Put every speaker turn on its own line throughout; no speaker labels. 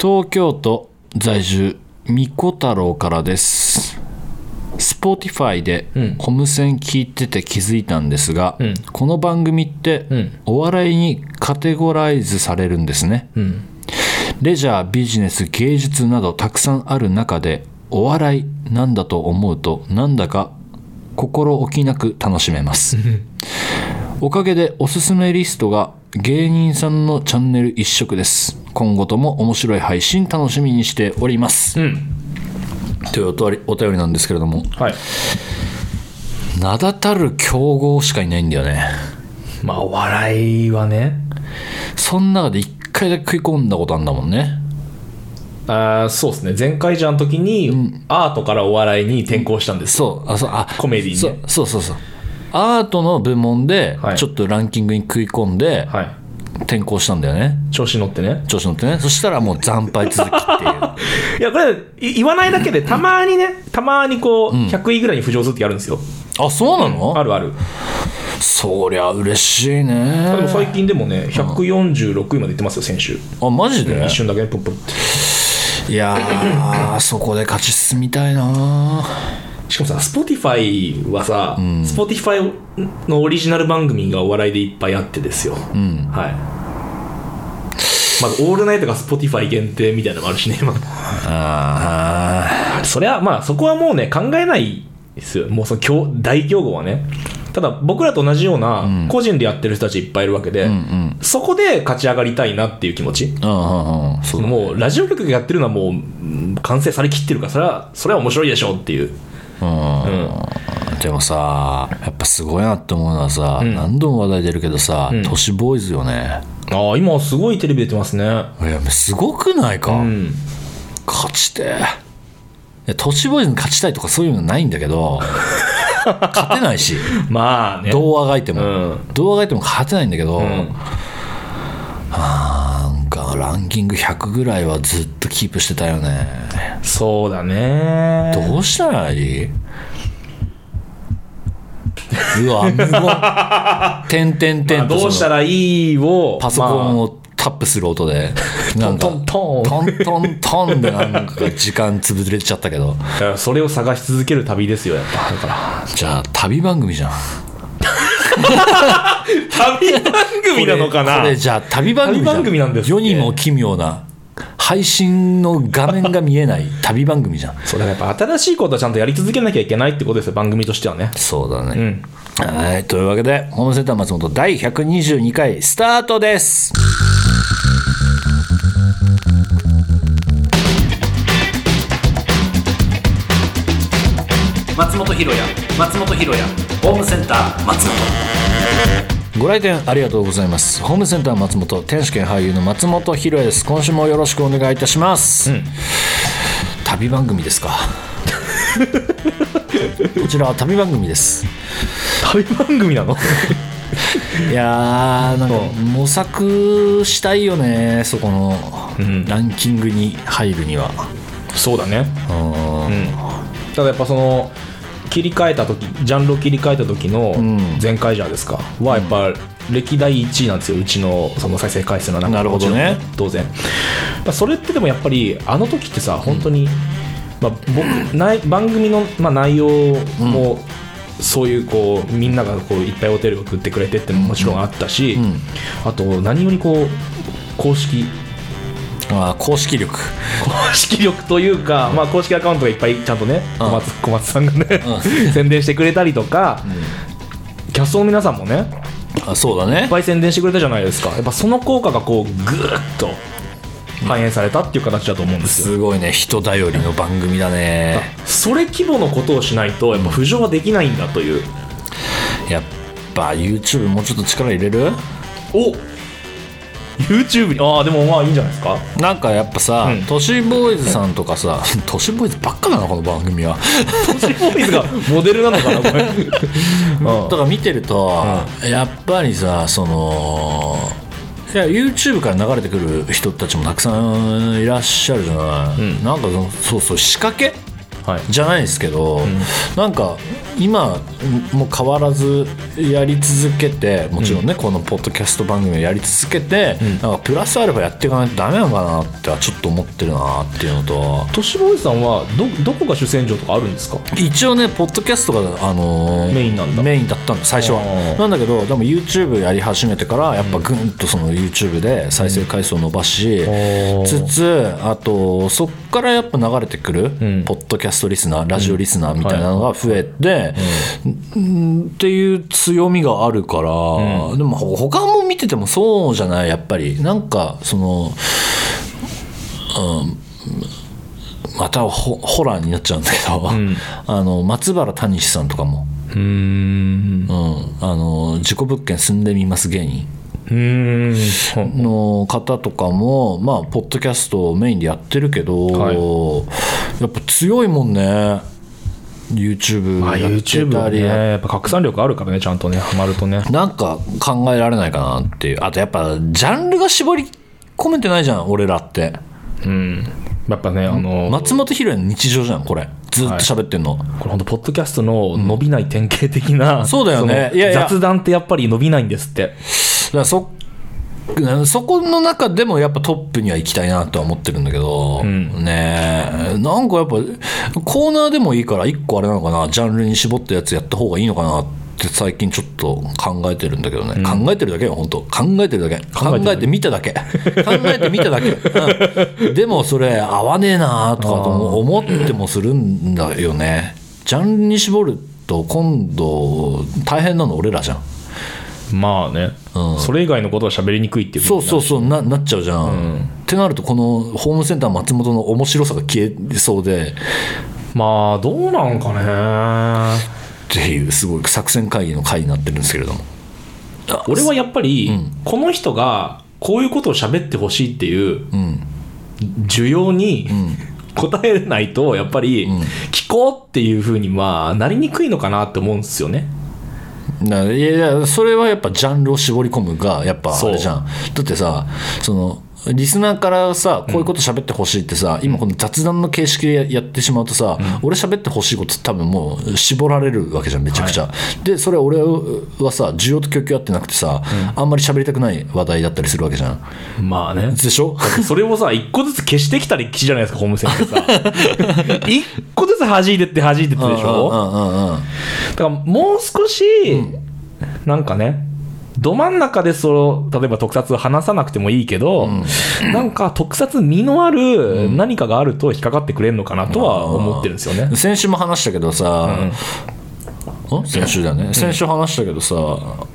東京都在住みこ太郎からですスポーティファイで
うん
コムセン聞いてて気づいたんですが、
うん
この番組って
うん
お笑いにカテゴライズされるんですね
うん
レジャービジネス芸術などたくさんある中でお笑いなんだと思うとなんだか心置きなく楽しめますおかげでおすすめリストが芸人さんのチャンネル一色です今後とも面白い配信楽しみにしております、
うん
というおとりお便りなんですけれども
はい
名だたる競合しかいないんだよね
まあお笑いはね
そん中で一回だけ食い込んだことあんだもんね
あーそうですね前回じゃん時に、アートからお笑いに転向したんです
そうあそうあ
コメディにね
そうそうそうそうアートの部門で
はい
ちょっとランキングに食い込んで
はい
転校したんだよね
調子乗ってね
調子乗ってねそしたらもう惨敗続きっていう
いやこれい言わないだけでたまにねたまにこう、100位ぐらいに浮上する ってあるんですよ
あそうなの、
あるある
そりゃ嬉しい
でも
ね
最近でもね146位までいってますよ先週
あマジで
一瞬だけねプンプンって
いやー そこで勝ち進みたいな
しかもさ Spotify はさ、Spotify のオリジナル番組がお笑いでいっぱいあってですよ、はいまず「オールナイト」が Spotify 限定みたいなのもあるしね今
あ
それはまあそこはもうね考えないですよもうその強大競合はねただ僕らと同じような個人でやってる人たちいっぱいいるわけで、そこで勝ち上がりたいなっていう気持ち
ーうんうんうんそう
もうラジオ局がやってるのはもううん完成されきってるからそれはそれは面白いでしょうっていう
うんでもさやっぱすごいなって思うのはさ、何度も話題出るけどさ、都市ボーイズよね
ああ今すごいテレビ出てますね
いやすごくないか、
うん
勝ちてえいや都市ボーイズに勝ちたいとかそういうのないんだけ ど勝てないし
まあね
どうあがいても、
うん
どうあがいても勝てないんだけど、
ん
なんかランキング100ぐらいはずっとキープしてたよね
そうだね
どうしたらいいうわ無言 てんてんて
まあ
んと
どうし
そ
た
の
らいいを
パソコンをタップする音で、なんか
トントント
トントントンでなんか時間潰れちゃったけど
まあだからそれを探し続ける旅ですよやっぱだから
じゃあ旅番組じゃん
旅番組なのかな
これじゃあ旅番組じゃ
旅番組なんですって
世にも奇妙な配信の画面が見えない 旅番組じゃん
そうだからやっぱ新しいことはちゃんとやり続けなきゃいけないってことですよ番組としてはね
そうだ
う
ね、
ん
はいというわけでホームセンター松本第122回スタートです
松本ひろや松本ひろやホームセンター松本
ご来店ありがとうございますホームセンター松本天使兼俳優の松本ひろです今週もよろしくお願いいたします、
うん
旅番組ですか こちらは旅番組です
旅番組なの
いやーなんか
そう
模索したいよねそこの
ん
ランキングに入るには、
そうだね
うん
ただやっぱその切り替えた時ジャンルを切り替えた時の
ん
前回じゃですか、はやっぱ歴代1位なんですようちのその再生回数の中で
なるほどね
もちろん当然だからそれってでもやっぱりあの時ってさ本当に、まあ、僕ない番組の、まあ、内容も、そういうこうみんながこういっぱいお便りを送ってくれてってのももちろんあったし、
ん
あと何よりこう公式
あー公式力
公式力というか、まあ、公式アカウントがいっぱいちゃんとね小松,、小松さんがね、 宣伝してくれたりとか、キャストの皆さんもねい
あそうだね
っぱい宣伝してくれたじゃないですかやっぱその効果がこうグーッと反映されたっていう形だと思うんですよ、
すごいね人頼りの番組だね
それ規模のことをしないとやっぱ浮上はできないんだという
やっぱ YouTube もうちょっと力入れる
お YouTube にああでもまあいいんじゃないです か
なんかやっぱさ、
うん
都市ボーイズさんとかさ 都市ボーイズばっかだなこの番組は
トシボーイズがモデルなのかな これ、うん
とか見てると、やっぱりさそのいや YouTube から流れてくる人たちもたくさんいらっしゃるじゃない、なんかそのそうそう仕掛け
はい
じゃないですけど、なんか今も変わらずやり続けてもちろんね、このポッドキャスト番組をやり続けて、なんかプラスアルファやっていかないとダメなのかなってはちょっと思ってるなっていうのと
トシボーイさんはどどこが主戦場とかあるんですか
一応ねポッドキャストが、あのー
メインなんだ
メインだったんだ最初は
あー
なんだけどでも YouTube やり始めてからやっぱぐんとその YouTube で再生回数を伸ばし、
ー
つつあとそっからやっぱ流れてくる、
ん
ポッドキャストリスナーラジオリスナーみたいなのが増えて、うんっていう強みがあるから、でもほ他も見ててもそうじゃないやっぱりなんかその。またホホラーになっちゃうんだけど、 あの松原谷志さんとかも、
うん
うん、あの事故物件住んでみます芸人
うん
の方とかもまあポッドキャストをメインでやってるけど、やっぱ強いもんね YouTube
まあ
やって
YouTube
た
はね
り、
やっぱ拡散力あるからねちゃんとねハマるとね
なんか考えられないかなっていうあとやっぱジャンルが絞り込めてないじゃん俺らって
うんやっぱねあの
松本ひろやの日常じゃんこれずっと喋ってんの、
これ本当ポッドキャストの伸びない典型的な、
そうだよね
その
いやいや
雑談ってやっぱり伸びないんですって
だからそそこの中でもやっぱトップには行きたいなとは思ってるんだけど、
ん
ねえなんかやっぱコーナーでもいいから一個あれなのかなジャンルに絞ったやつやった方がいいのかなって最近ちょっと考えてるんだけどね、考えてるだけよ本当考えてるだけ考えてみただ け考えてみただけ、うんでもそれ合わねえなとかとも思ってもするんだよねジャンルに絞ると今度大変なの俺らじゃん
まあね、それ以外のことは喋りにくいっていう
そうそうそうななっちゃうじゃん、ってなるとこのホームセンター松本の面白さが消えそうで
まあどうなんかね
っていうすごい作戦会議の会になってるんですけれどもあ
俺はやっぱり、この人がこういうことを喋ってほしいっていう
うん
需要に、答えないとやっぱり聞こうっていうふうにまあなりにくいのかなって思うんですよね。
ないやいやそれはやっぱジャンルを絞り込むがやっぱあれじゃんだってさそのリスナーからさこういうこと喋ってほしいってさ、今この雑談の形式でやってしまうとさ、俺喋ってほしいこと多分もう絞られるわけじゃんめちゃくちゃ、でそれ俺はさ需要と供給合ってなくてさ、あんまり喋りたくない話題だったりするわけじゃん
まあね。
でしょ
それをさ、一個ずつ消してきたりきじゃないですか、ホームセンター さ。一個ずつ弾いてって弾いてってでしょ
うんうんうんうん
だからもう少し、なんかね、ど真ん中でその、例えば特撮を話さなくてもいいけど、なんか特撮味のある何かがあると引っかかってくれるのかなとは思ってるんですよね。
先週も話したけどさ、ん先週だよね先週話したけどさ、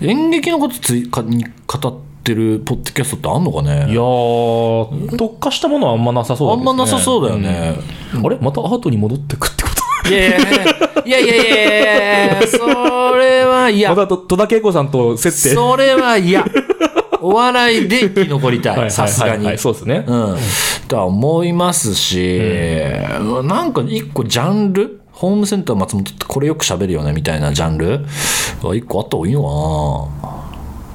演劇のこと追加に語ってるポッドキャストってあんのか
い
ね
やー、特化したものはあんまなさそうだ
あ
け
ん
どね
まなさそうだよね、
あれまたアートに戻ってくってこと
いやいやいやいやいやいやいやそれは嫌
またと戸田恵子さんと接点。
それは嫌お笑いで生き残り
はい
た
はいはいはい
いさすがに
そうですね。
うん、とは思いますし、なんか一個ジャンルホームセンター松本ってこれよく喋るよねみたいなジャンルが一個あった方がいいのかな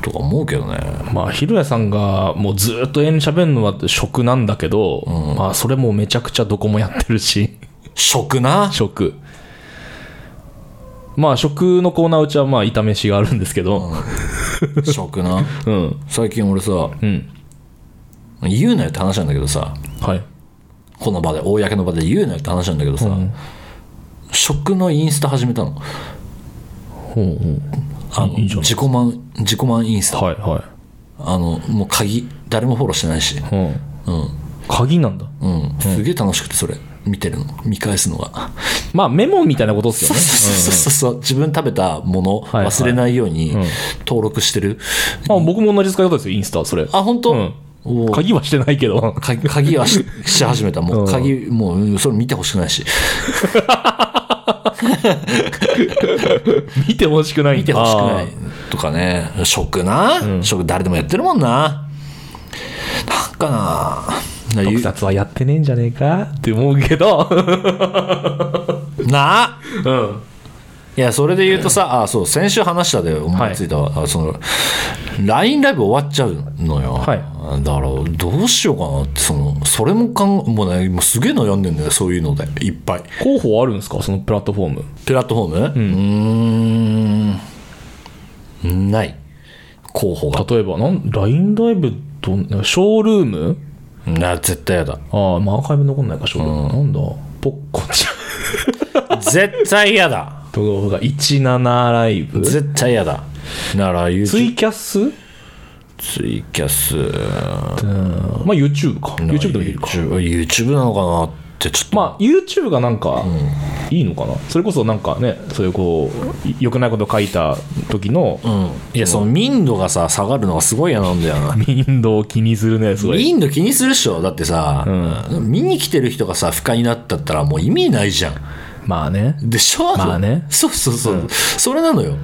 とか思うけどね
まあ、ひろやさんがもうずーっと永遠に喋るのは食なんだけど、まあ、それもめちゃくちゃどこもやってるし、
食な
食。まあ、食のコーナーうちはまあ、炒めしがあるんですけど、
食な
うん。
最近俺さ
うん。
言うなよって話なんだけどさ
はい。
この場で公の場で言うなよって話なんだけどさ、食のインスタ始めたの
ほう
あの
いいじゃん
自己満自己満インスタ
はいは
あのもう鍵誰もフォローしてないし
い。うん。鍵なんだ。
うん、すげえ楽しくてそれ見てるの見返すのが
まあ、メモみたいなことですよ
そう
ね。
そうそうそう自分食べたもの
いはい
忘れないように登録してる、
まあ、僕も同じ使い方ですよ、インスタ、それ。
あ本当、
うん
おー
鍵はしてないけど。
鍵鍵 はしし始めたもう鍵もううんそれ見てほしくないし
見てほしくない
見てほしくな
あ
い
ー
とかね食な、食誰でもやってるもんななんかなな
特
ゆ
撮はやってねえんじゃ ねえかって思うけど
な
うん
いやそれで言うとさあそう先週話したで思いついたわ、あその LINE ライブ終わっちゃうのよ、
はい
だからどうしようかなってそのそれもかんもうねもうすげえ悩んでんだよそういうのでいっぱい
候補あるんですかそのプラットフォーム
プラットフォームうーんない候補が
例えばなん LINE ライブどんなショールーム
な絶対やだ
ああまあアーカイブ残んないかショールーム、なんだポッコちゃん
絶対やだ
動 画17ライブ
絶対やだなら YouTube
ツイキャス、
ツイキャス
まあ YouTube か YouTube でもいるか
YouTube, YouTube なのかなってちょっと
まあ YouTube がなんかいいのかな、それこそなんかねそういうこうい良くないこと書いた時の
うん、いやその民度がさ下がるのがすごい嫌なんだよな
頻度を気にするねすごい
民度気にするっしょだってさ、見に来てる人がさ不快になったったらもう意味ないじゃん
まあね
でしょ
まあね
そうそうそう、それなのよ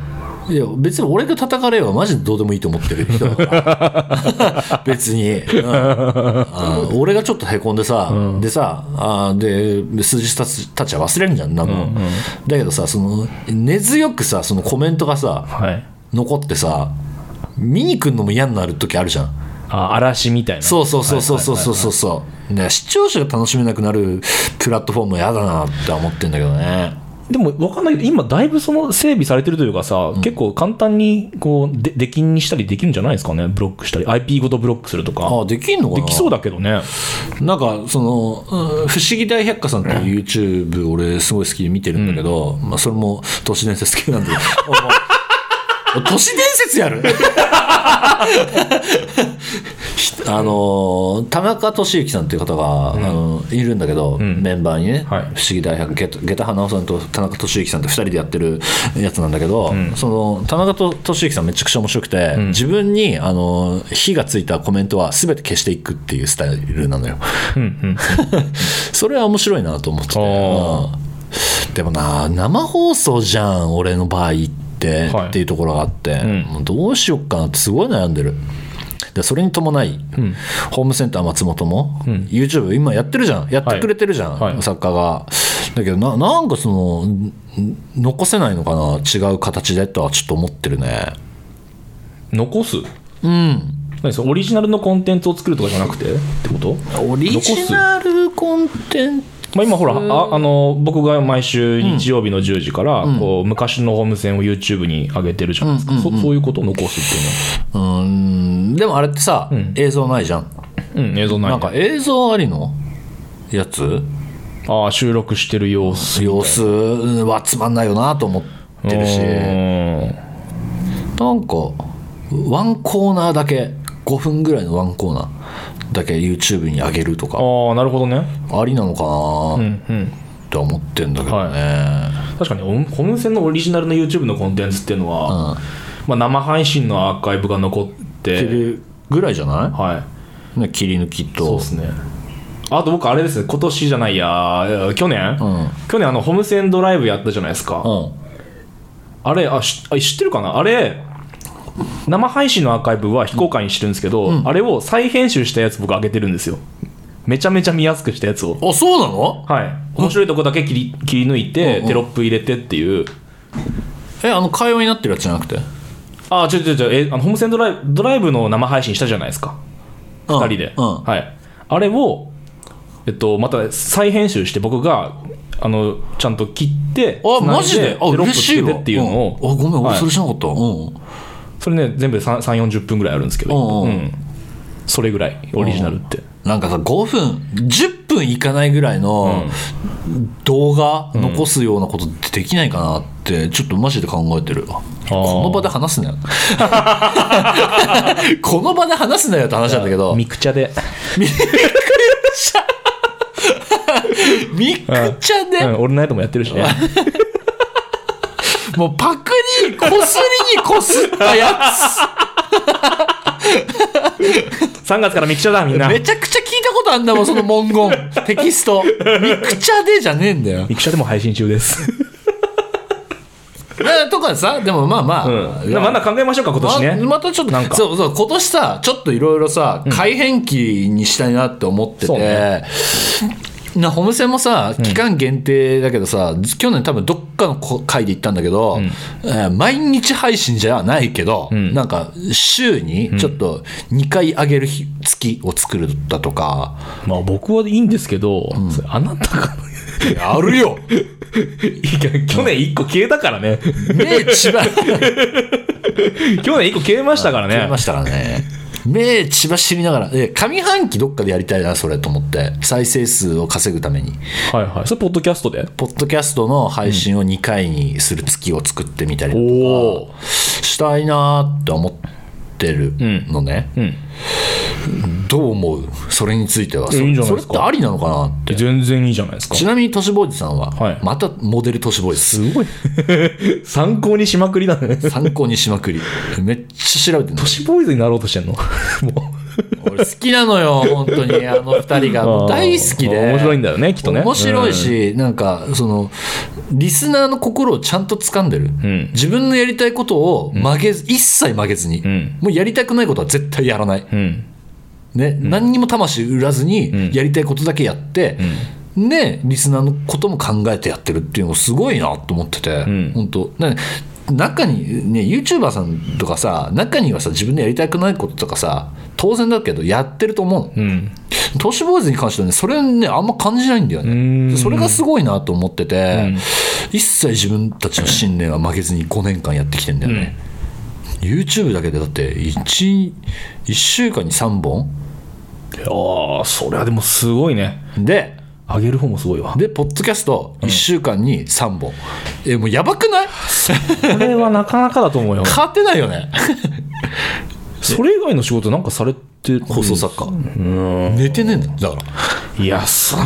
いや別に俺が叩かれればマジでどうでもいいと思ってる人だから 別に、うんあの俺がちょっとへこんでさ、でさあーで数日たつたちは忘れるじゃんなんも、だけどさその根強くさそのコメントがさ、
はい
残ってさ見に来るのも嫌になる時あるじゃん
あ嵐みたいな
そうそうそうそうそうそうそうそうね視聴者が楽しめなくなるプラットフォーム嫌だなって思ってんだけどね
でも分かんないけど今だいぶその整備されてるというかさ、結構簡単にこうで出禁にしたりできるんじゃないですかねブロックしたり IP ごとブロックするとか
あできんのかな
できそうだけどね
なんかその、うん不思議大百科さん」っていう YouTube 俺すごい好きで見てるんだけど、まあ、それも都市伝説系なんでお前都市伝説やるひ あの田中俊之さんっていう方が、あのいるんだけど、メンバーにね、
はい
不思議大百科下駄花尾さんと田中俊之さんって2人でやってる やつなんだけど、その田中と俊之さんめちゃくちゃ面白くて、自分にあの火がついたコメントは全て消していくっていうスタイルなのよ。 それは面白いなと思ってて、
あー
うんでもな生放送じゃん俺の場合って、
はい
っていうところがあって、もうどうしよっかなってすごい悩んでるでそれに伴い、ホームセンター松本も、YouTube 今やってるじゃんやってくれてるじゃん、
はいはい
作家がだけどななんかそのん残せないのかな違う形でとはちょっと思ってるね
残す
うん
何それオリジナルのコンテンツを作るとかじゃなくてってこと
オリジナルコンテンツ
まあ、今ほらああの僕が毎週日曜日の10時から、こう昔のホームセンを YouTube に上げてるじゃないですか、そそういうことを残すっ
うんでもあれってさ、映像ないじゃん
ていうのは、うん、映像ない
なんか映像ありのやつ
ああ収録してる様子
様子はつまんないよなと思ってるし
う
なんかワンコーナーだけ5分ぐらいのワンコーナーだけ YouTube に上げるとか
ああなるほどね
ありなのかなって思ってんだけどね、
確かにホームホームセンのオリジナルの YouTube のコンテンツっていうのは、まあ、生配信のアーカイブが残って
ぐらいじゃな
はい
い、ね、切り抜き
そう
と
ですねあと僕あれですね今年じゃないやえー去年、
ん
去年あのホームセンドライブやったじゃないですか、
うん
あれあしあ知ってるかなあれ生配信のアーカイブは非公開にしてるんですけど、あれを再編集したやつ僕上げてるんですよめちゃめちゃ見やすくしたやつを
あそうなの
はい面白いとこだけ切り切り抜いて、
うんうん
テロップ入れてっていう
えあの会話になってるやつじゃなくて
あちょちょちょえあのホームセンドライブドライブの生配信したじゃないですか
うん
2人で、
うん
はい、あれを、えっと、また再編集して僕があのちゃんと切って
あ
繋い
マジであ
テロップ
嬉しい
つけ
わ
てっていうのを、
うんあごめん
は
俺
い
それしなかった、うん
それね全部で3 4 0分ぐらいあるんですけど、
うんうん
それぐらいオリジナルって、
なんかさ5分10分いかないぐらいの動画残すようなことってできないかなってちょっとマジで考えてるわこの場で話すなよ この場で話すなよって話なんだけど
ミクチャで
みっくちゃん
「う
ね
ん、オールナイト」もやってるし ね
もうパクにこすりにこすったやつ
3月からミクチャだみん な
め
ミ
ちゃくちゃ聞いたことあんだもんその文言テキストみくちゃでじゃねえんだよ
クチャでも配信中です、
なとかさでもまあまあ、
うん、 まだ考えましょうか今年ね、
ままたちょっと
なんか
そうそう今年さちょっといろいろさ改変期にしたいなって思ってて、
そうね
なホームセンもさ期間限定だけどさ、去年多分どっかのこ回で行ったんだけど、えー毎日配信じゃないけど、なんか週にちょっと2回上げる日月を作るだと か、
まあ僕はいいんですけど、それあなたが
あるよ
いや去年1個消えたから ね
目千葉
去年1個消えましたから
やり
ね
ましたからね 目千葉知りながらで上半期どっかでやりたいなそれと思って再生数を稼ぐために
はいはいそれポッドキャストで
ポッドキャストの配信を2回にする月を作ってみたりとか、
おー
したいなーって思ってるのね、
ん
どう思うそれについてはそ
いいんじゃない
そ
で
れっ
すか
てありなのかなって
全然いいじゃないですか
ちなみにトシ坊主さんは、
はい
またモデルトシ坊主です
すごい 参考にしまくりだね
参考にしまくりめっちゃ調べて るの
都市ボーイズになろうとしてん のも
俺好きなのよ本当にあの二人がも
う
う大好きで
面白いんだよねきっとね
面白いし、なんかそのリスナーの心をちゃんと掴んでる、
ん
自分のやりたいことを曲げず、一切曲げずに、
ん
もうやりたくないことは絶対やらない、
うん、うん
ね何にも魂売らずにやりたいことだけやって、ねリスナーのことも考えてやってるっていうのすごいなと思ってて、
ん
本当ね中にね YouTuber さんとかさ中にはさ自分でやりたくないこととかさ当然だけどやってると思うの、
うん
都市ボーイズに関してはねそれねあんま感じないんだよ
う
ね
ん
それがすごいなと思ってて、一切自分たちの信念は負けずに5年間やってきてんだよね、YouTube だけでだって 1, 1週間に3本
いやーそれはでもすごいね
で
上げる方もすごいわ
でポッドキャスト1週間に3本、えもうやばくない
これはなかなかだと思うよ
勝てないよね
それ以外の仕事なんかされてる
放送作家寝てねえんだだから
いやそれ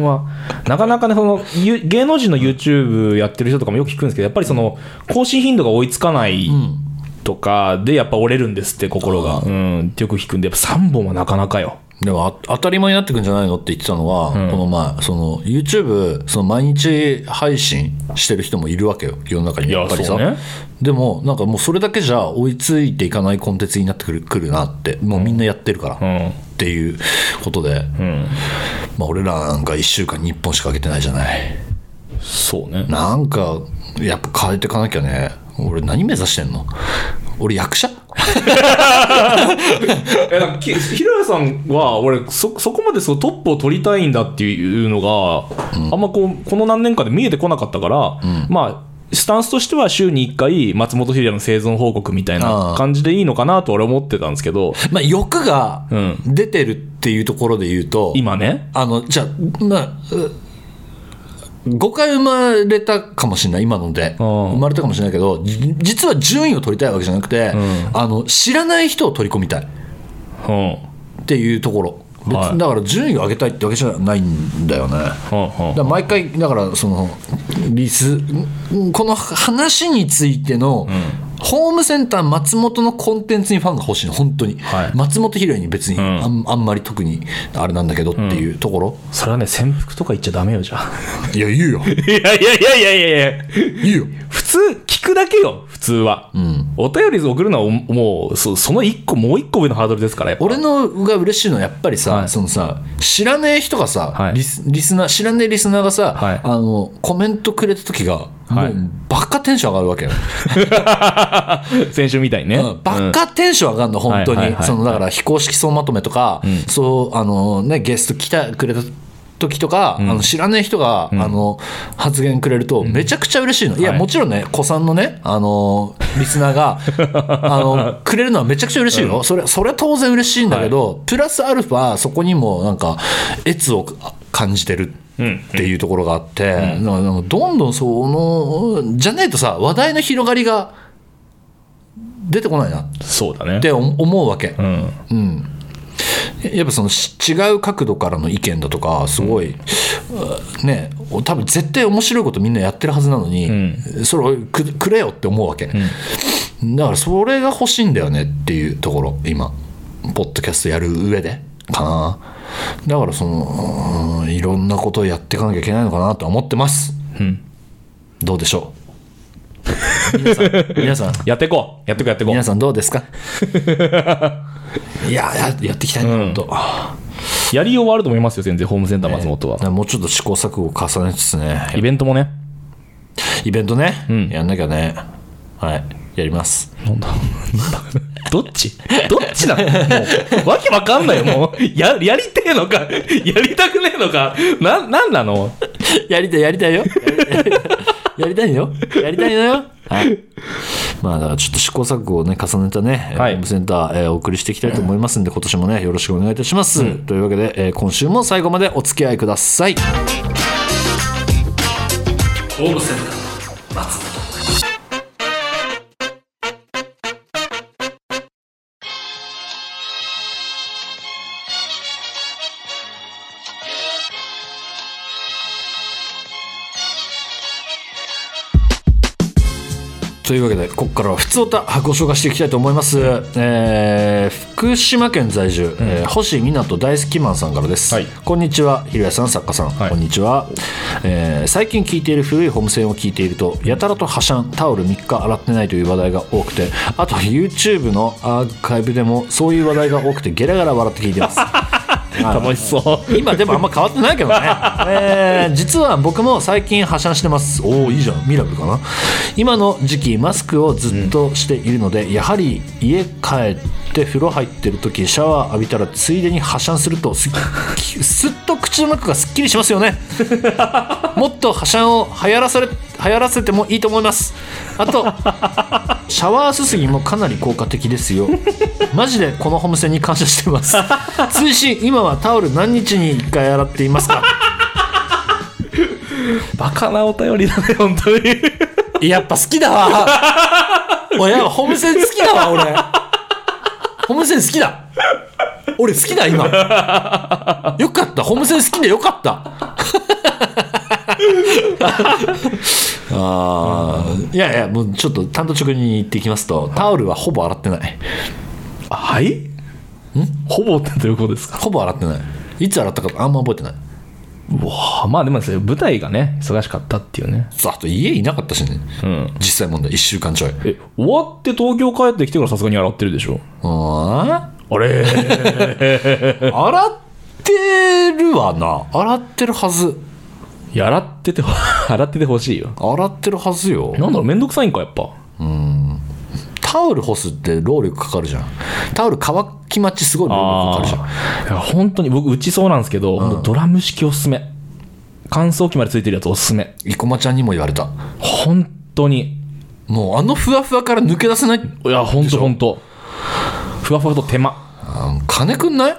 はなかなかねそのゆ芸能人の YouTube やってる人とかもよく聞くんですけどやっぱりその更新頻度が追いつかないとかでやっぱ折れるんですって心が、うん、ってよく聞くんでやっぱ3本はなかなかよ
でもあ当たり前になってくんじゃないのって言ってたのは、この前その YouTube その毎日配信してる人もいるわけよ世の中に
いや
やっぱりさ、
そうね
でもなんかもうそれだけじゃ追いついていかないコンテンツになってくるくるなってもうみんなやってるから、
ん
っていうことで、まあ、俺らなんか1週間に1本しか上げてないじゃない
そうね
なんかやっぱ変えていかなきゃね俺何目指してんの俺役者
えなんかきひろやさんは俺そそこまでそのトップを取りたいんだっていうのが、あんまこうこの何年かで見えてこなかったから、まあスタンスとしては週に1回松本ひろやの生存報告みたい
あ
な
ー
感じでいいのかなと俺思ってたんですけど
まあ欲が
うん
出てるっていうところで言うと、
今ね
あの、じゃあ、まあ、う誤解生まれたかもしれない、今ので。
うん
生まれたかもしれないけど、じ実は順位を取りたいわけじゃなくて、あの、知らない人を取り込みたいっ
うんうん
ていうところ。別
はい
だから順位を上げたいってわけじゃないんだよね。
うん
だから毎回、だから、その、リス、んこの話についての、ホームセンター松本のコンテンツにファンが欲しいの、本当に。
はい
松本ひろに別に、
ん
あん、あんまり特にあれなんだけどっていうところ。
それはね潜伏とか言っちゃダメよじゃあ
いや、言うよ。
いやいやいやいやいやいや
いいよ。
普通聞くだけよ普通は、お便り送るのはおもうそその1個もう1個上のハードルですからやっぱ
俺のが嬉しいのはやっぱりさ、
はい
そのさ知らねえ人がさ、
はい
リスリスナー知らねえリスナーがさ、
はい
あのコメントくれた時が、
はい
もうバカテンション上がるわ けよ、
先週みたいにね、
うんバカテンション上がるの本当
はいはい
に
はい
そのだから非公式総まとめとか、そうあのねゲスト来てくれた時とか、あの知らねえ人が、あの発言くれるとめちゃくちゃ嬉しいの、いや、
はい
もちろんね子さんのねあのリスナーがあ のくれるのはめちゃくちゃ嬉しいよ、それそれは当然嬉しいんだけど、プラスアルファそこにもなんか越を感じてるっていうところがあって、なんかなんかどんどんそのじゃないとさ話題の広がりが出てこないなっ
そうだね
て思思うわけ
う、ん
やっぱそのし違う角度からの意見だとかすごい、うんね多分絶対面白いことみんなやってるはずなのに、それをくくれよって思うわけ、だからそれが欲しいんだよねっていうところ今ポッドキャストやる上でかなだからそのうんいろんなことをやっていかなきゃいけないのかなとは思ってます、どうでしょう 皆さん皆さん
やっていこう。やっていこう、やっていこ
皆
う。
さんどうですかいやややっていきたいな、本当
やりようはあると思いますよ全然ホームセンター松本は、
ねもうちょっと試行錯誤重ねつつね
イベントもね
イベントね、
ん
やんなきゃねはいやります
なんだどっちどっちなのもうわけわかんないよもうややりてえのかやりたくねえのかななんなの
やりたいやりたい よやりたいよやりたいのよはいまあだからちょっと試行錯誤をね重ねたね、
はい
ホームセンター、えーお送りしていきたいと思いますんで今年もねよろしくお願いいたします、というわけで、えー今週も最後までお付き合いください
ホームセンター松本
というわけでここからは普通歌ご紹介していきたいと思います、えー福島県在住、えー星湊大好きマンさんからです、
はい
こんにちはひろやさん作家さん、
はい
こんにちは、えー最近聞いている古いホームセンを聞いているとやたらとはしゃんタオル3日洗ってないという話題が多くてあと YouTube のアーカイブでもそういう話題が多くてゲラゲラ笑って聞いてます
楽しそう
今でもあんま変わってないけどね、 えー実は僕も最近破産してますおおいいじゃんミラブルかな今の時期マスクをずっとしているので、やはり家帰って風呂入ってる時シャワー浴びたらついでに破産するとすっ きすっと口の中がすっきりしますよ ねもっと破産を流行らされ流行らせてもいいと思いますあとシャワーすすぎもかなり効果的です よマジでこのホームセンに感謝してます追伸今はタオル何日に1回洗っていますか
バカなお便りだね本当に
やっぱ好きだ わ俺やっぱホームセン好きだわ俺ホームセン好きだ俺好きだ今よかったホームセン好きでよかった あーいやいやもうちょっと単刀直入に言っていきますとタオルはほぼ洗ってない
はいほぼってどういうことですか
ほぼ洗ってないいつ洗ったかあんま覚えてないう
わまあでもですね舞台がね忙しかったっていうね
あと家いなかったしね、
うん
実際問題1週間ちょい
え終わって東京帰ってきてからさすがに洗ってるでしょ
あ
あれ
ー 洗ってるわな洗ってるはず
いや洗っててほ 洗っててほしいよ
洗ってるはずよ
なんだろうめんどくさいんかやっぱ
タオル干すって労力かかるじゃんタオル乾き待ちすごい労力かかるじ
いや本当に僕うちそうなんですけど、もうドラム式おすすめ乾燥機までついてるやつおすすめ
ゃん生駒ちゃんにも言われた
本当に
もうあのふわふわから抜け出せない
いや本当本当ふわふわと手間
あー金くんない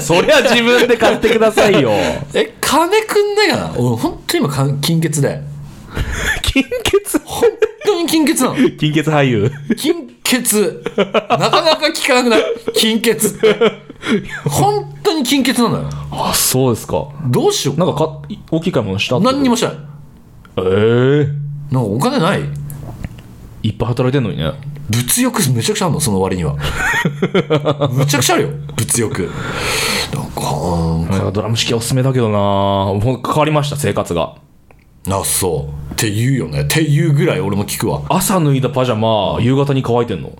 そりゃ自分で買ってくださ いよ
え金くんないかな俺本当に今か金欠で
金欠
本当に金欠なの
金欠俳優
金欠。なかなか聞かなくない金欠って。本当に金欠なのよ。
あそうですか
どうしよう
な
か。
んかか大きい買い物した
何に
も
もしない。
ええ
なんかお金ない
いっぱい働いてんのにね
物欲めちゃくちゃあるの、その割には。めちゃくちゃあるよ、物欲。なんか、うん
なんかドラム式おすすめだけどなもう変わりました生活が
あ、そう。って言うよね。って言うぐらい俺も聞くわ。
朝脱いだパジャマ夕方に乾いてんの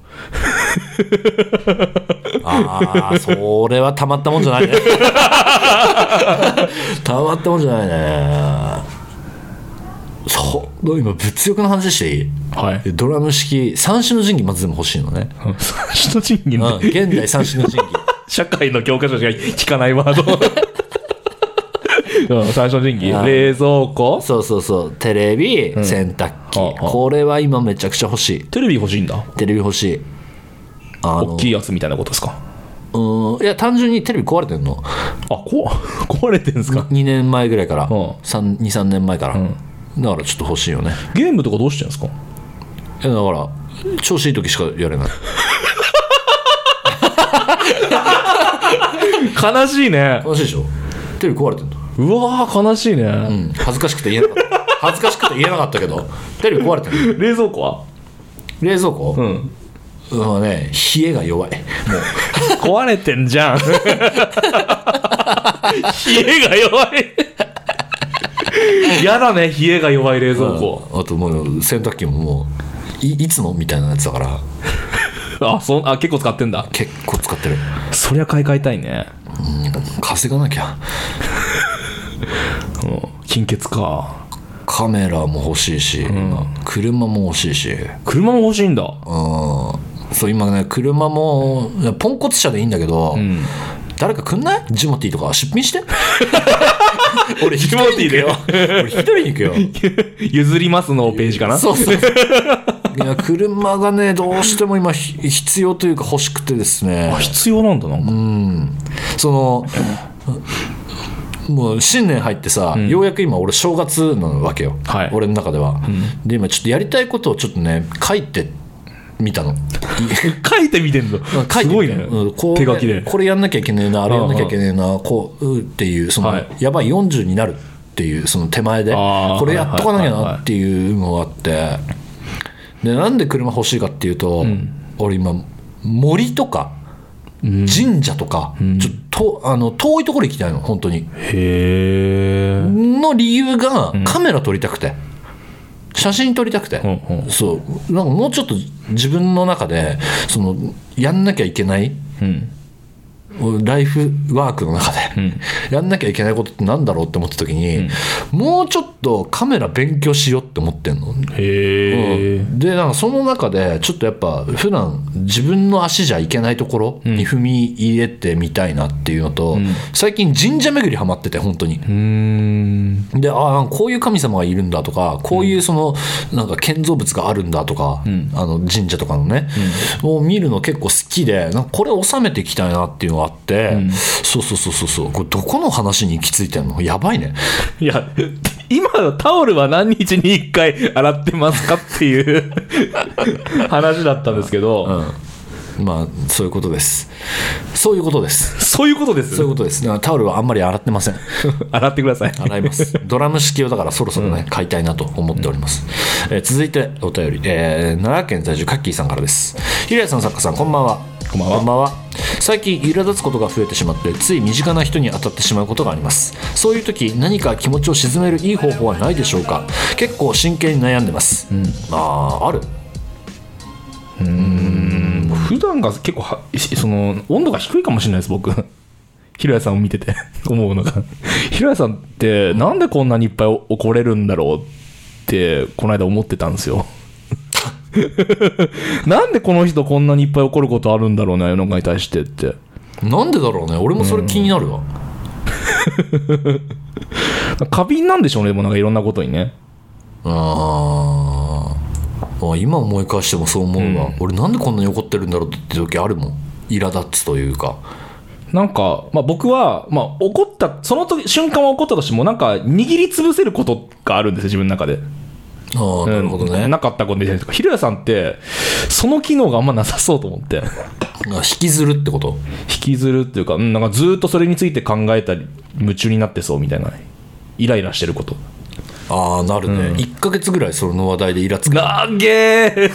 ああ、それはたまったもんじゃないね。 たまったもんじゃないね。そう、今物欲の話していい
はい
でドラム式三種の神器まずでも欲しいのね、
三種の神器
う
ね
ん、現代三種の神器
社会の教科書しか聞かないワ ード。うん、三種の神器。
はい
冷蔵庫
そうそうそうテレビ、洗濯機
ああ
これは今めちゃくちゃ欲しい
テレビ欲しいんだ。
テレビ欲しいあ
大
の
きいやつみたいなことですか。
うんいや単純にテレビ壊れてんの
あ、こ壊れてんですか。
2年前ぐらいから
うん
23年前から、
ん
だからちょっと欲しいよね
ゲームとかどうしてんですか
いやだから調子いい時しかやれない
悲しいね。
悲しいでしょテレビ壊れてんの、
うわー、悲しいね。
うん、恥ずかしくて言えなかっ た恥ずかしくて言えなかったけどテレビ壊れてんの
冷蔵庫は
冷蔵庫、
うん。
うんね、冷えが弱いもう
壊れてんじ ゃん。冷えが弱い。やだね、冷えが弱い冷蔵庫。
あともう洗濯機ももういいつもみたいなやつだから
あそんあ結構使ってんだ
結構使ってる
そりゃ買い替えたいね
稼がなきゃ
うん金欠か
カメラも欲しいし、車も欲しいし
車も欲しいんだ
うんそう今ね車もポンコツ車でいいんだけど、誰かくんないジモティーとか出品して 俺一人に行くよ俺一人に行くよ
譲りますのページかな
そう そういや車がねどうしても今ひ必要というか欲しくてですね
あ必要なんだなんか
そのもう新年入ってさ、ようやく今俺正月なわけよ、
はい
俺の中では、で今ちょっとやりたいことをちょっとね書いてみたの
書いてみてん
書い
の
てみた
すごいね、
うんこう
手書きで
これやんなきゃいけねえなあれやんなきゃいけねえなこううっていうその、
はい
やばい40になるっていうその手前で
あー
これやっとかなきゃ
はいはいはい
な
はい
っていうのがあってでなんで車欲しいかっていうと、俺今森とか神社とか、ちょっとあの遠いところ行きたいの本当に
へえ
の理由がカメラ撮りたくて、写真撮りたくて、
うんうん
そうなんかもうちょっと自分の中でそのやんなきゃいけない
うん
ライフワークの中で、やんなきゃいけないことってなんだろうって思った時に、もうちょっとカメラ勉強しようって思ってんの。
へえ、
でなんかその中でちょっとやっぱ普段自分の足じゃいけないところに踏み入れてみたいなっていうのと、最近神社巡りハマってて本当に、
うーん
でああこういう神様がいるんだとかこういうその、なんか建造物があるんだとか、あの神社とかのね、を見るの結構好きでなんかこれ収めていきたいなっていうのがあって、そうそうそうそうそうこれどこの話に行き着いてんのやばいね
いや今のタオルは何日に1回洗ってますかっていう話だったんですけど、
まあそういうことですそういうことです
そういうことです
そういうことですだからタオルはあんまり洗ってません
洗ってください
洗い ますドラム式をだからそろそろね、買いたいなと思っております、えー続いてお便り、えー奈良県在住カッキーさんからです平井さん作家さんこんばんは
こんばんは
最近苛立つことが増えてしまってつい身近な人に当たってしまうことがありますそういう時何か気持ちを鎮めるいい方法はないでしょうか結構真剣に悩んでます、あーある
普段が結構はしその温度が低いかもしれないです僕ひろやさんを見て て思うのがひろやさんってなんでこんなにいっぱい怒れるんだろうってこの間思ってたんですよなんでこの人こんなにいっぱい怒ることあるんだろうな世の中に対してって
なんでだろうね俺もそれ気になるわ、
過敏なんでしょうねでもなんかいろんなことにね
あーあ今思い返してもそう思うわ、俺なんでこんなに怒ってるんだろうって時あるもん苛立つというか
なんか、まあ、僕は、まあ、怒ったその時瞬間は怒ったとしてもなんか握りつぶせることがあるんですよ自分の中で
ああなるほどね、
うんなかったことみたいなとか、ひろやさんって、その機能があんまなさそうと思って、
あ引きずるってこと
引きずるっていうか、うんなんかずーっとそれについて考えたり、夢中になってそうみたいな、イライラしてること。
ああなるね、一1か月ぐらいその話題でイラつく
なげー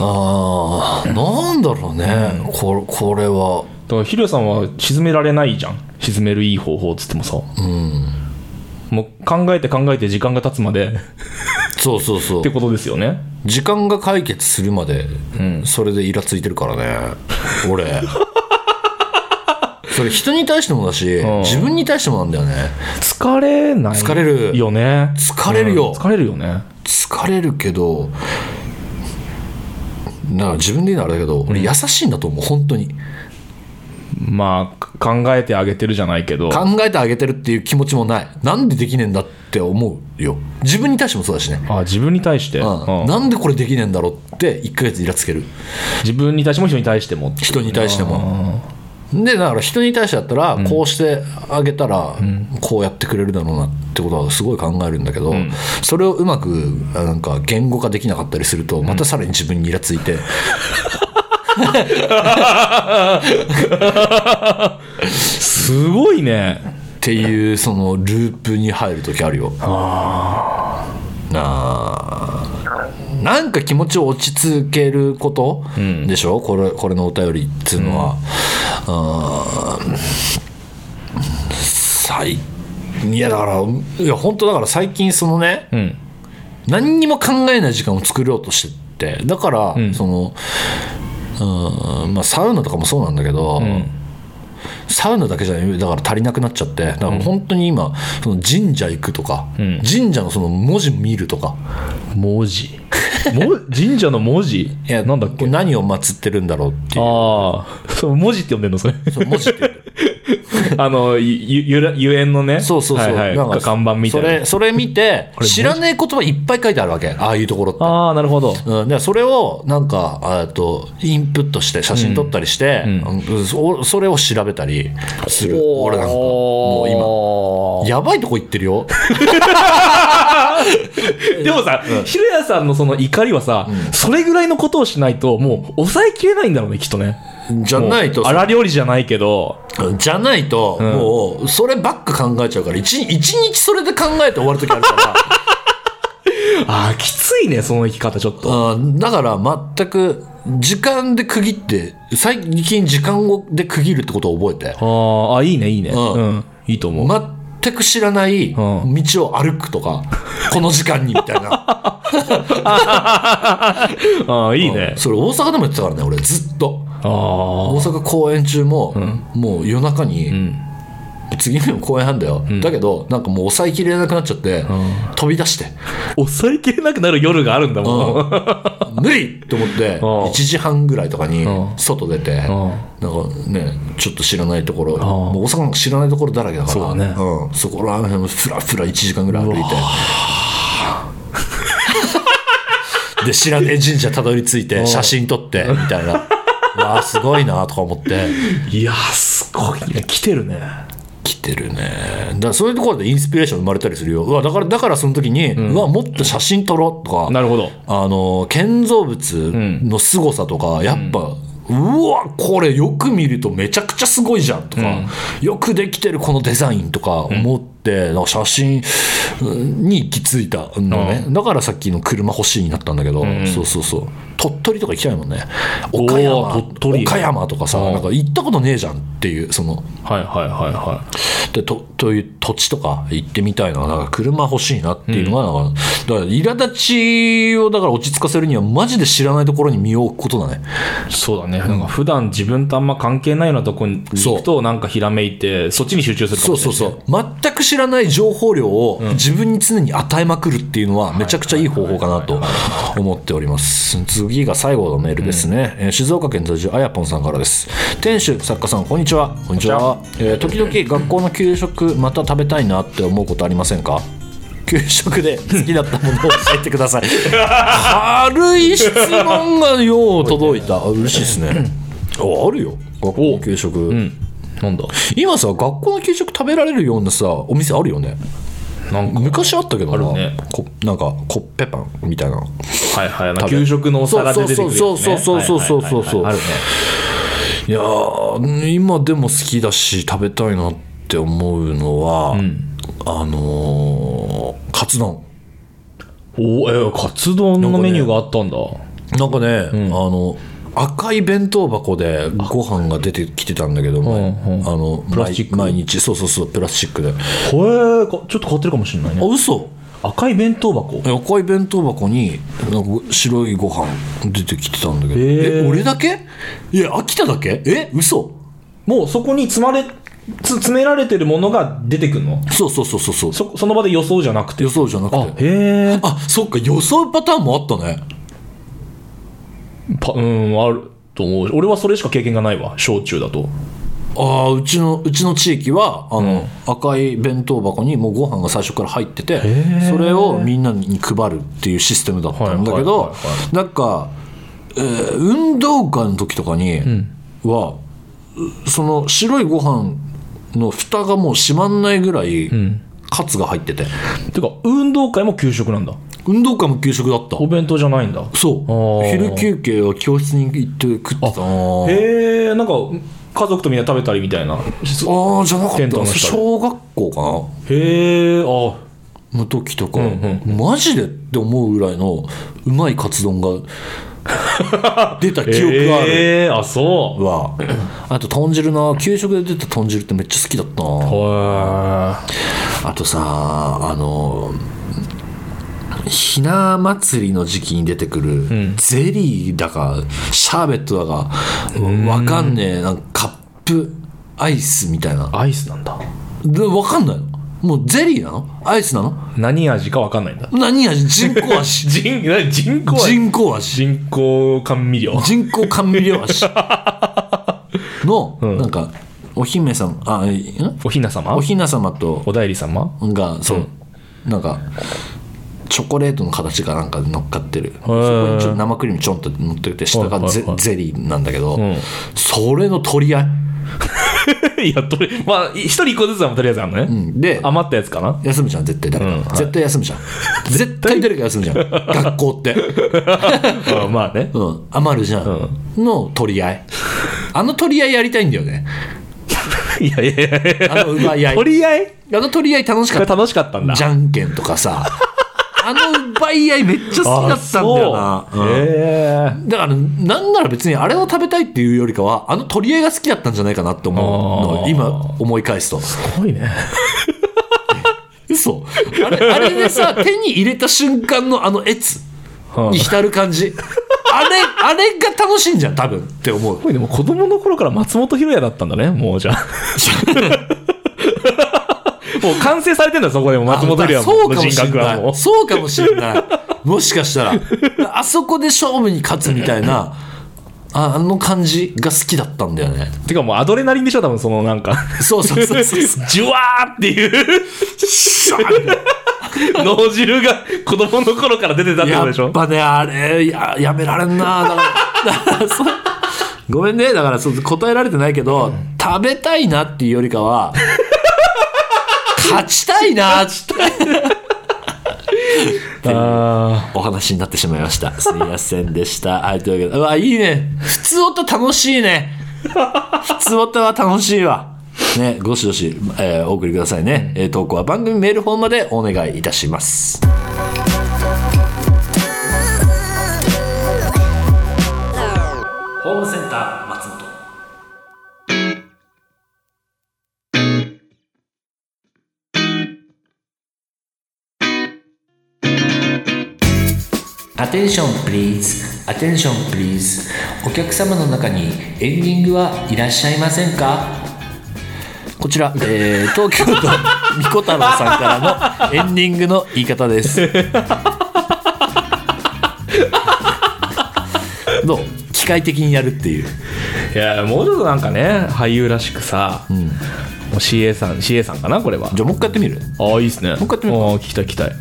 ああなんだろうね、ここれは
だからひろやさんは沈められないじゃん。沈めるいい方法っつってもさ。もう考えて考えて時間が経つまでっ
そうそうそう
てことですよね。
時間が解決するまで、それでイラついてるからね俺それ人に対してもだし、
ん
自分に対してもなんだよね
疲れない
疲れる
よね。
疲れるよ
うん疲れるよね。
疲れるけどだから自分で言うのはあれだけど俺優しいんだと思う本当に
まあ、考えてあげてるじゃないけど。
考えてあげてるっていう気持ちもないなんでできねえんだって思うよ自分に対してもそうだしね、
あ自分に対して、
うん
うん
なんでこれできねえんだろうって1ヶ月イラつける
自分に対しても人に対してもって
人に対してもでだから人に対してだったらこうしてあげたらこうやってくれるだろうなってことはすごい考えるんだけど、それをうまくあなんか言語化できなかったりするとまたさらに自分にイラついて、
すごいね
っていうそのループに入る時あるよなあなんか気持ちを落ち着けることでしょ、これこれのお便りっていうのは、あー最いやだからいや本当だから最近そのね、
ん
何にも考えない時間を作ろうとしてってだから、
うん
そのうんまあ、サウナとかもそうなんだけど、
ん
サウナだけじゃないだから足りなくなっちゃってだから本当に今その神社行くとか、
うん
神社のその文字見るとか
文字も 神社の文字
いや
なんだっ
こ
け
れ何を祀ってるんだろうっていう
ああそう文字って呼んでんのそれ
そう文字っていう
あのゆゆらゆえんのね
そうそうそう、
はいはい、看板みたい
そ
な
れそれ見て
文字
知らない言葉いっぱい書いてあるわけああいうところって
ああなるほど
うん、でそれをなんかえっとインプットして写真撮ったりして、うんそそれを調べたりする俺なんかもう
も
今やばいとこ行ってるよ
今 でもさ、ひろやさんのその怒りはさ、それぐらいのことをしないともう抑えきれないんだろうねきっとね
じゃないと
荒料理じゃないけど
じゃないと、もうそればっか考えちゃうから一日一日それで考えて終わる時あるから
ああきついねその生き方ちょっ と
あーだから全く時間で区切って最近時間をで区切るってことを覚えて
あーあいいねいいね
ん
うんいいと思う
全く知らない道
ん
を歩くとか、この時間にみたい な
ああいいね
それ大阪でも言ってたからね俺ずっと
あ
大阪公演中も、もう夜中に、次の日も公演あんだよ、だけどなんかもう抑えきれなくなっちゃって、飛び出 して
あ抑えきれなくなる夜があるんだもん、
無理と思って
ん
1時半ぐらいとかに
うん
外出てなんかねちょっと知らないところもう大阪なんか知らないところだらけだから
そうだね
んそこら辺もふらふら1時間ぐらい歩いて で知らねえ神社たどり着いて写真撮ってみたいな わあすごいなとか思って
いやーすごいね来てるね
来てるねだからそういうところでインスピレーション生まれたりするようわだからだからその時に、うわもっと写真撮ろうとか
なるほど
あの建造物の凄さとか、やっぱ、うわこれよく見るとめちゃくちゃすごいじゃんとか、よくできてるこのデザインとか思って、なんか写真うんに行き着いたのね、だからさっきの車欲しいになったんだけど、そうそうそう鳥取とか行きたいもんね岡山
おー鳥取
岡山とかさ、
うん
なんか行ったことねえじゃんっていうその
はいはいはいはい
でとという土地とか行ってみたいななんか車欲しいなっていうのがなんか、だから苛立ちをだから落ち着かせるにはマジで知らないところに身を置くことだね
そうだね、なんか普段自分とあんま関係ないようなとこに行くとなんかひらめいてそっちに集中するか
そ
も
うそ
しれ
う
ないね
そう全く知らない情報量を自分に常に与えまくるっていうのはめちゃくちゃいい方法かなと思っております次が最後のメールですね、えー静岡県在住あやぽんさんからです店主作家さんこんにちはこんにちは、えー時々学校の給食また食べたいなって思うことありませんか給食で好きだったものを教えてく ださい軽い質問がよう届いたあ嬉しいですねああるよ学校の給食、
なんだ
今さ学校の給食食べられるようなさお店あるよね
なんか
昔あったけどな
あるね
こなんかコッペパンみたいな
はいはい
べ
給食のお皿で出てくるやつ、ね、
そうそうそうそうそうそうそう
はいはいはいはいあるね
いやー今でも好きだし食べたいなって思うのは、あのーカツ丼
おえーカツ丼のメニューがあったんだ
なんかね、あの赤い弁当箱でご飯が出てきてたんだけど、前
うんうん
あのプ
ラスチック
毎日そうそうそうプラスチックであ
これかちょっと変わってるかもしれないね
嘘
赤い弁当箱
赤い弁当箱になんか白いご飯出てきてたんだけど、
ー
え俺だけいや秋田だけえ嘘
もうそこに詰まれつ詰められてるものが出てくるの
そうそうそうそうそう
そその場で予想じゃなくて
予想じゃなくて
へえ
あそっか予想パターンもあったね
パうんあると思う俺はそれしか経験がないわ小中だと
ああうちのうちの地域はあの、赤い弁当箱にもうご飯が最初から入ってて
ー
それをみんなに配るっていうシステムだったんだけ
はい
ど
はいはい
なんか、えー運動会の時とかには、その白いご飯の蓋がもう閉まんないぐらい、カツが入ってて
てか運動会も給食なんだ
運動会も給食だった
お弁当じゃないんだ
そう
あー
昼休憩は教室に行って食ってたな
へえんか家族とみんな食べたりみたいな
ああじゃなか
テ
っ
ント
た
の下で
小学校かな
へえあ
の時とか、
ん
マジでって思うぐらいのうまいカツ丼が出た記憶があ る
へえあそう
わ、あと豚汁な給食で出た豚汁ってめっちゃ好きだったな
へえ
あとさあのひな祭りの時期に出てくる、
ん
ゼリーだかシャーベットだかわかんねえなんかカップアイスみたいな
アイスなんだ
でわかんないのもうゼリーなのアイスなの
何味か分かんないんだ
何味人工味
人人工味
人工味
人工甘味料
人工甘味料 味の、なんかお姫様あいん
おひな様
おひな様と
おだいり様
がそう、なんかチョコレートの形がなんか乗っかってるそこにちょっと生クリームちょんと乗ってて下がゼ,、
はいはいはい
ゼリーなんだけど、
ん
それの取り合い、
いやどれまあ一人一個ずつはとりあえずあるのね、
うん、で
余ったやつかな
休むじゃん絶対誰か、
うんはい
絶対休む じゃん絶対誰か休むじゃん学校って、
あまあね
うん、余るじゃん、の取り合いあの取り合いやりたいんだよね
いやいやいやいや
あの奪い合い
とりあえ
あの取り合い楽し
こ
かっ
れ
た
楽しかったんだ
じ
ん
ゃんけんとかさあの奪い合いめっちゃ好きだったんだよなうん
へえ
だから、なんなら別にあれを食べたいっていうよりかは、あの取り合いが好きだったんじゃないかなって思うの
あ
を、
ー
今思い返すと。
すごいね
嘘あ れ、あれでさ、手に入れた瞬間のあのつ
うん
に浸る感じ。あれ、あれが楽しいんじゃん、多分って思う
す。ごいでも子供の頃から松本博也だったんだねもうじゃあ もう完成されてんだそこでも松本博
あ
也
そう
も
か
の
もし
人
れ
格は
な
も
い。そうかもしれない。もしかしたら、あそこで勝負に勝つみたい な、ああの感じが好きだったんだよね。
うてかもうアドレナリンでしょ多分そのなんか
そう そうそうそうそう。
ジュワーっていう
シャー
脳汁が子供の頃から出てたってことでし
や
ょ
っぱねあれややめられんなだからだから そうごめんねだからそう答えられてないけど、食べたいなっていうよりかは勝ちたいな
あ
お話になってしまいましたすみませんでしたはいというわけでうわいいね普通音楽しいね普通音は楽しいわね、ごしどし、えーお送りくださいね、えー投稿は番組メールフォームまでお願いいたします
ホームセンター松本
アテンションプリーズアテンションプリーズお客様の中にエンディングはいらっしゃいませんかこちら、えー東京都みこ太郎さんからのエンディングの言い方ですどう機械的にやるっていう
ーいやもうちょっとなんかね俳優らしくさ、もう CA さん CA さんかなこれは
じゃあもう一回やってみる
ああいいっすねもう
一回やってみよ
ああ聞きたい聞きたい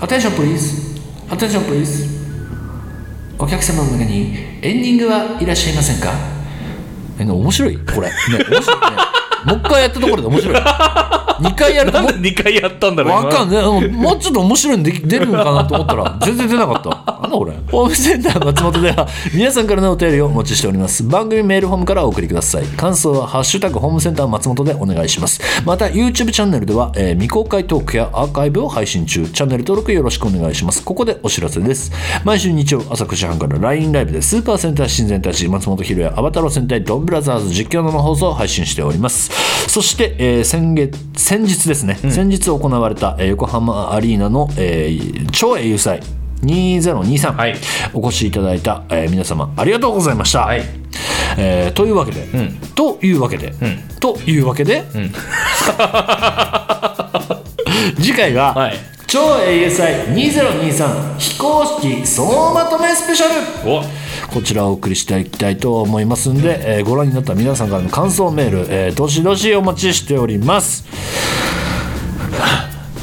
アテンションプリーズアテンションプリーズお客様の中にエンディングはいらっしゃいませんかえ、ね、面白いこれ。ね、面白いね。もう一回やったところで面白い。二回やると
な
も
んで2回やったんだ
う、
ろう今
わかんない。うんもうちょっと面白いので出るのかなと思った ら、全然出なかった。なんだこれ。ホームセンター松本では、皆さんからのお便りをお持ちしております。番組メールフォームからお送りください。感想は、ハッシュタグホームセンター松本でお願いします。また、YouTube チャンネルでは、えー未公開トークやアーカイブを配信中。チャンネル登録よろしくお願いします。ここでお知らせです。毎週日曜朝9時半から LINE ライブでスーパー戦隊新戦隊士松本ひろやアバタロ戦隊ドンブラザーズ実況生放送を配信しておりますそして、えー先月先日ですね、先日行われた、えー横浜アリーナの、えー超英雄祭2023、
はい
お越しいただいた、えー皆様ありがとうございました、
はい
えーというわけで、というわけで、というわけで、 次回は、
はい
超英雄祭2023非公式総まとめスペシャル
お
こちらをお送りしていきたいと思いますんで、えーご覧になった皆さんからの感想メール、えーどしどしお待ちしております、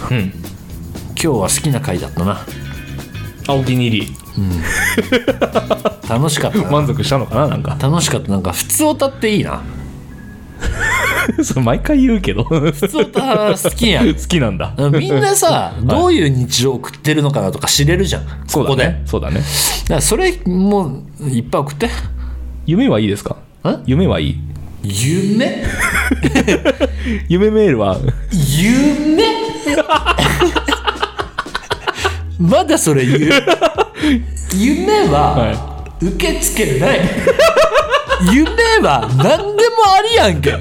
今日は好きな回だったな
あお気に入り
楽しかったな
満足したのかななんか
楽しかったなんか普通歌っていいな
それ毎回言うけど好
普通歌好き やん
きなんだ
みんなさ、どういう日常を送ってるのかなとか知れるじゃん、ここで。だ
そうだね
からそれ、もう、いっぱい送って。
夢はいいですか
ん
夢はいい
夢
夢メールは
夢まだそれ言う。夢は、受け付けない。夢は何でもありやんけ。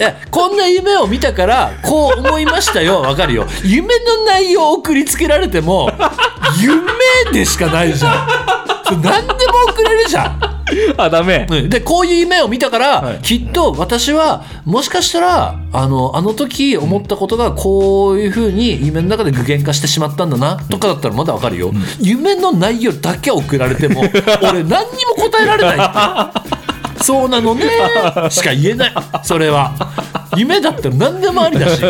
いやこんな夢を見たからこう思いましたよはわかるよ夢の内容を送りつけられても夢でしかないじゃんそれ何でも送れるじゃん
あダメ
うんでこういう夢を見たから、
はい
きっと私はもしかしたらあのあの時思ったことがこういうふうに夢の中で具現化してしまったんだなとかだったらまだわかるよ、夢の内容だけ送られ ても俺何にも答えられないってそうなのねしか言えないそれは夢だったら何でもありだし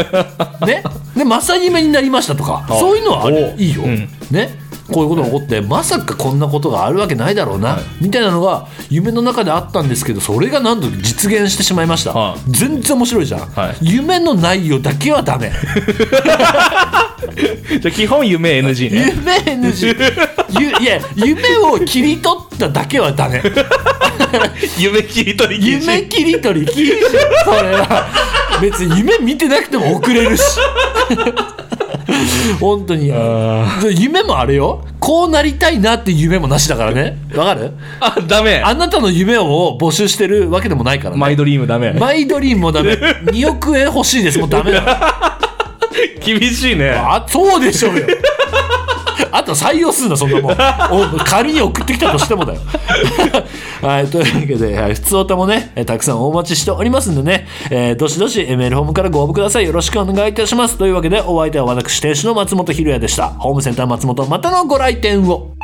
ねで正夢になりましたとか
あ
そういうのはある
お
いいよ、
うん
ね、こういうことが起こってまさかこんなことがあるわけないだろうな、
はい
みたいなのが夢の中であったんですけどそれがなんと実現してしまいました、
はい
全然面白いじゃん、
はい
夢の内容だけはダメ
じゃあ基本夢 NG ね
夢 NG ゆいや夢を切り取っただけはダメ
夢切り取り禁
夢
止
切り取り禁止それは別に夢見てなくても送れるし 本当に
あ
夢もあれよこうなりたいなっていう夢もなしだからねわかる
ーあダメ
あなたの夢を募集してるわけでもないからね。
マイドリームダメ
マイドリームもダメ。2億円欲しいです。もうダメだ。
厳しいね
あ、そうでしょうよ。 あと採用すんな、そんなもん。お仮に送ってきたとしてもだよ。 はい、というわけで、はい、普通歌もね、えーたくさんお待ちしておりますんでね、えーどしどしえーメールホームからご応募ください。よろしくお願いいたします。というわけで、お相手は私、店主の松本ひろやでした。ホームセンター松本、またのご来店を。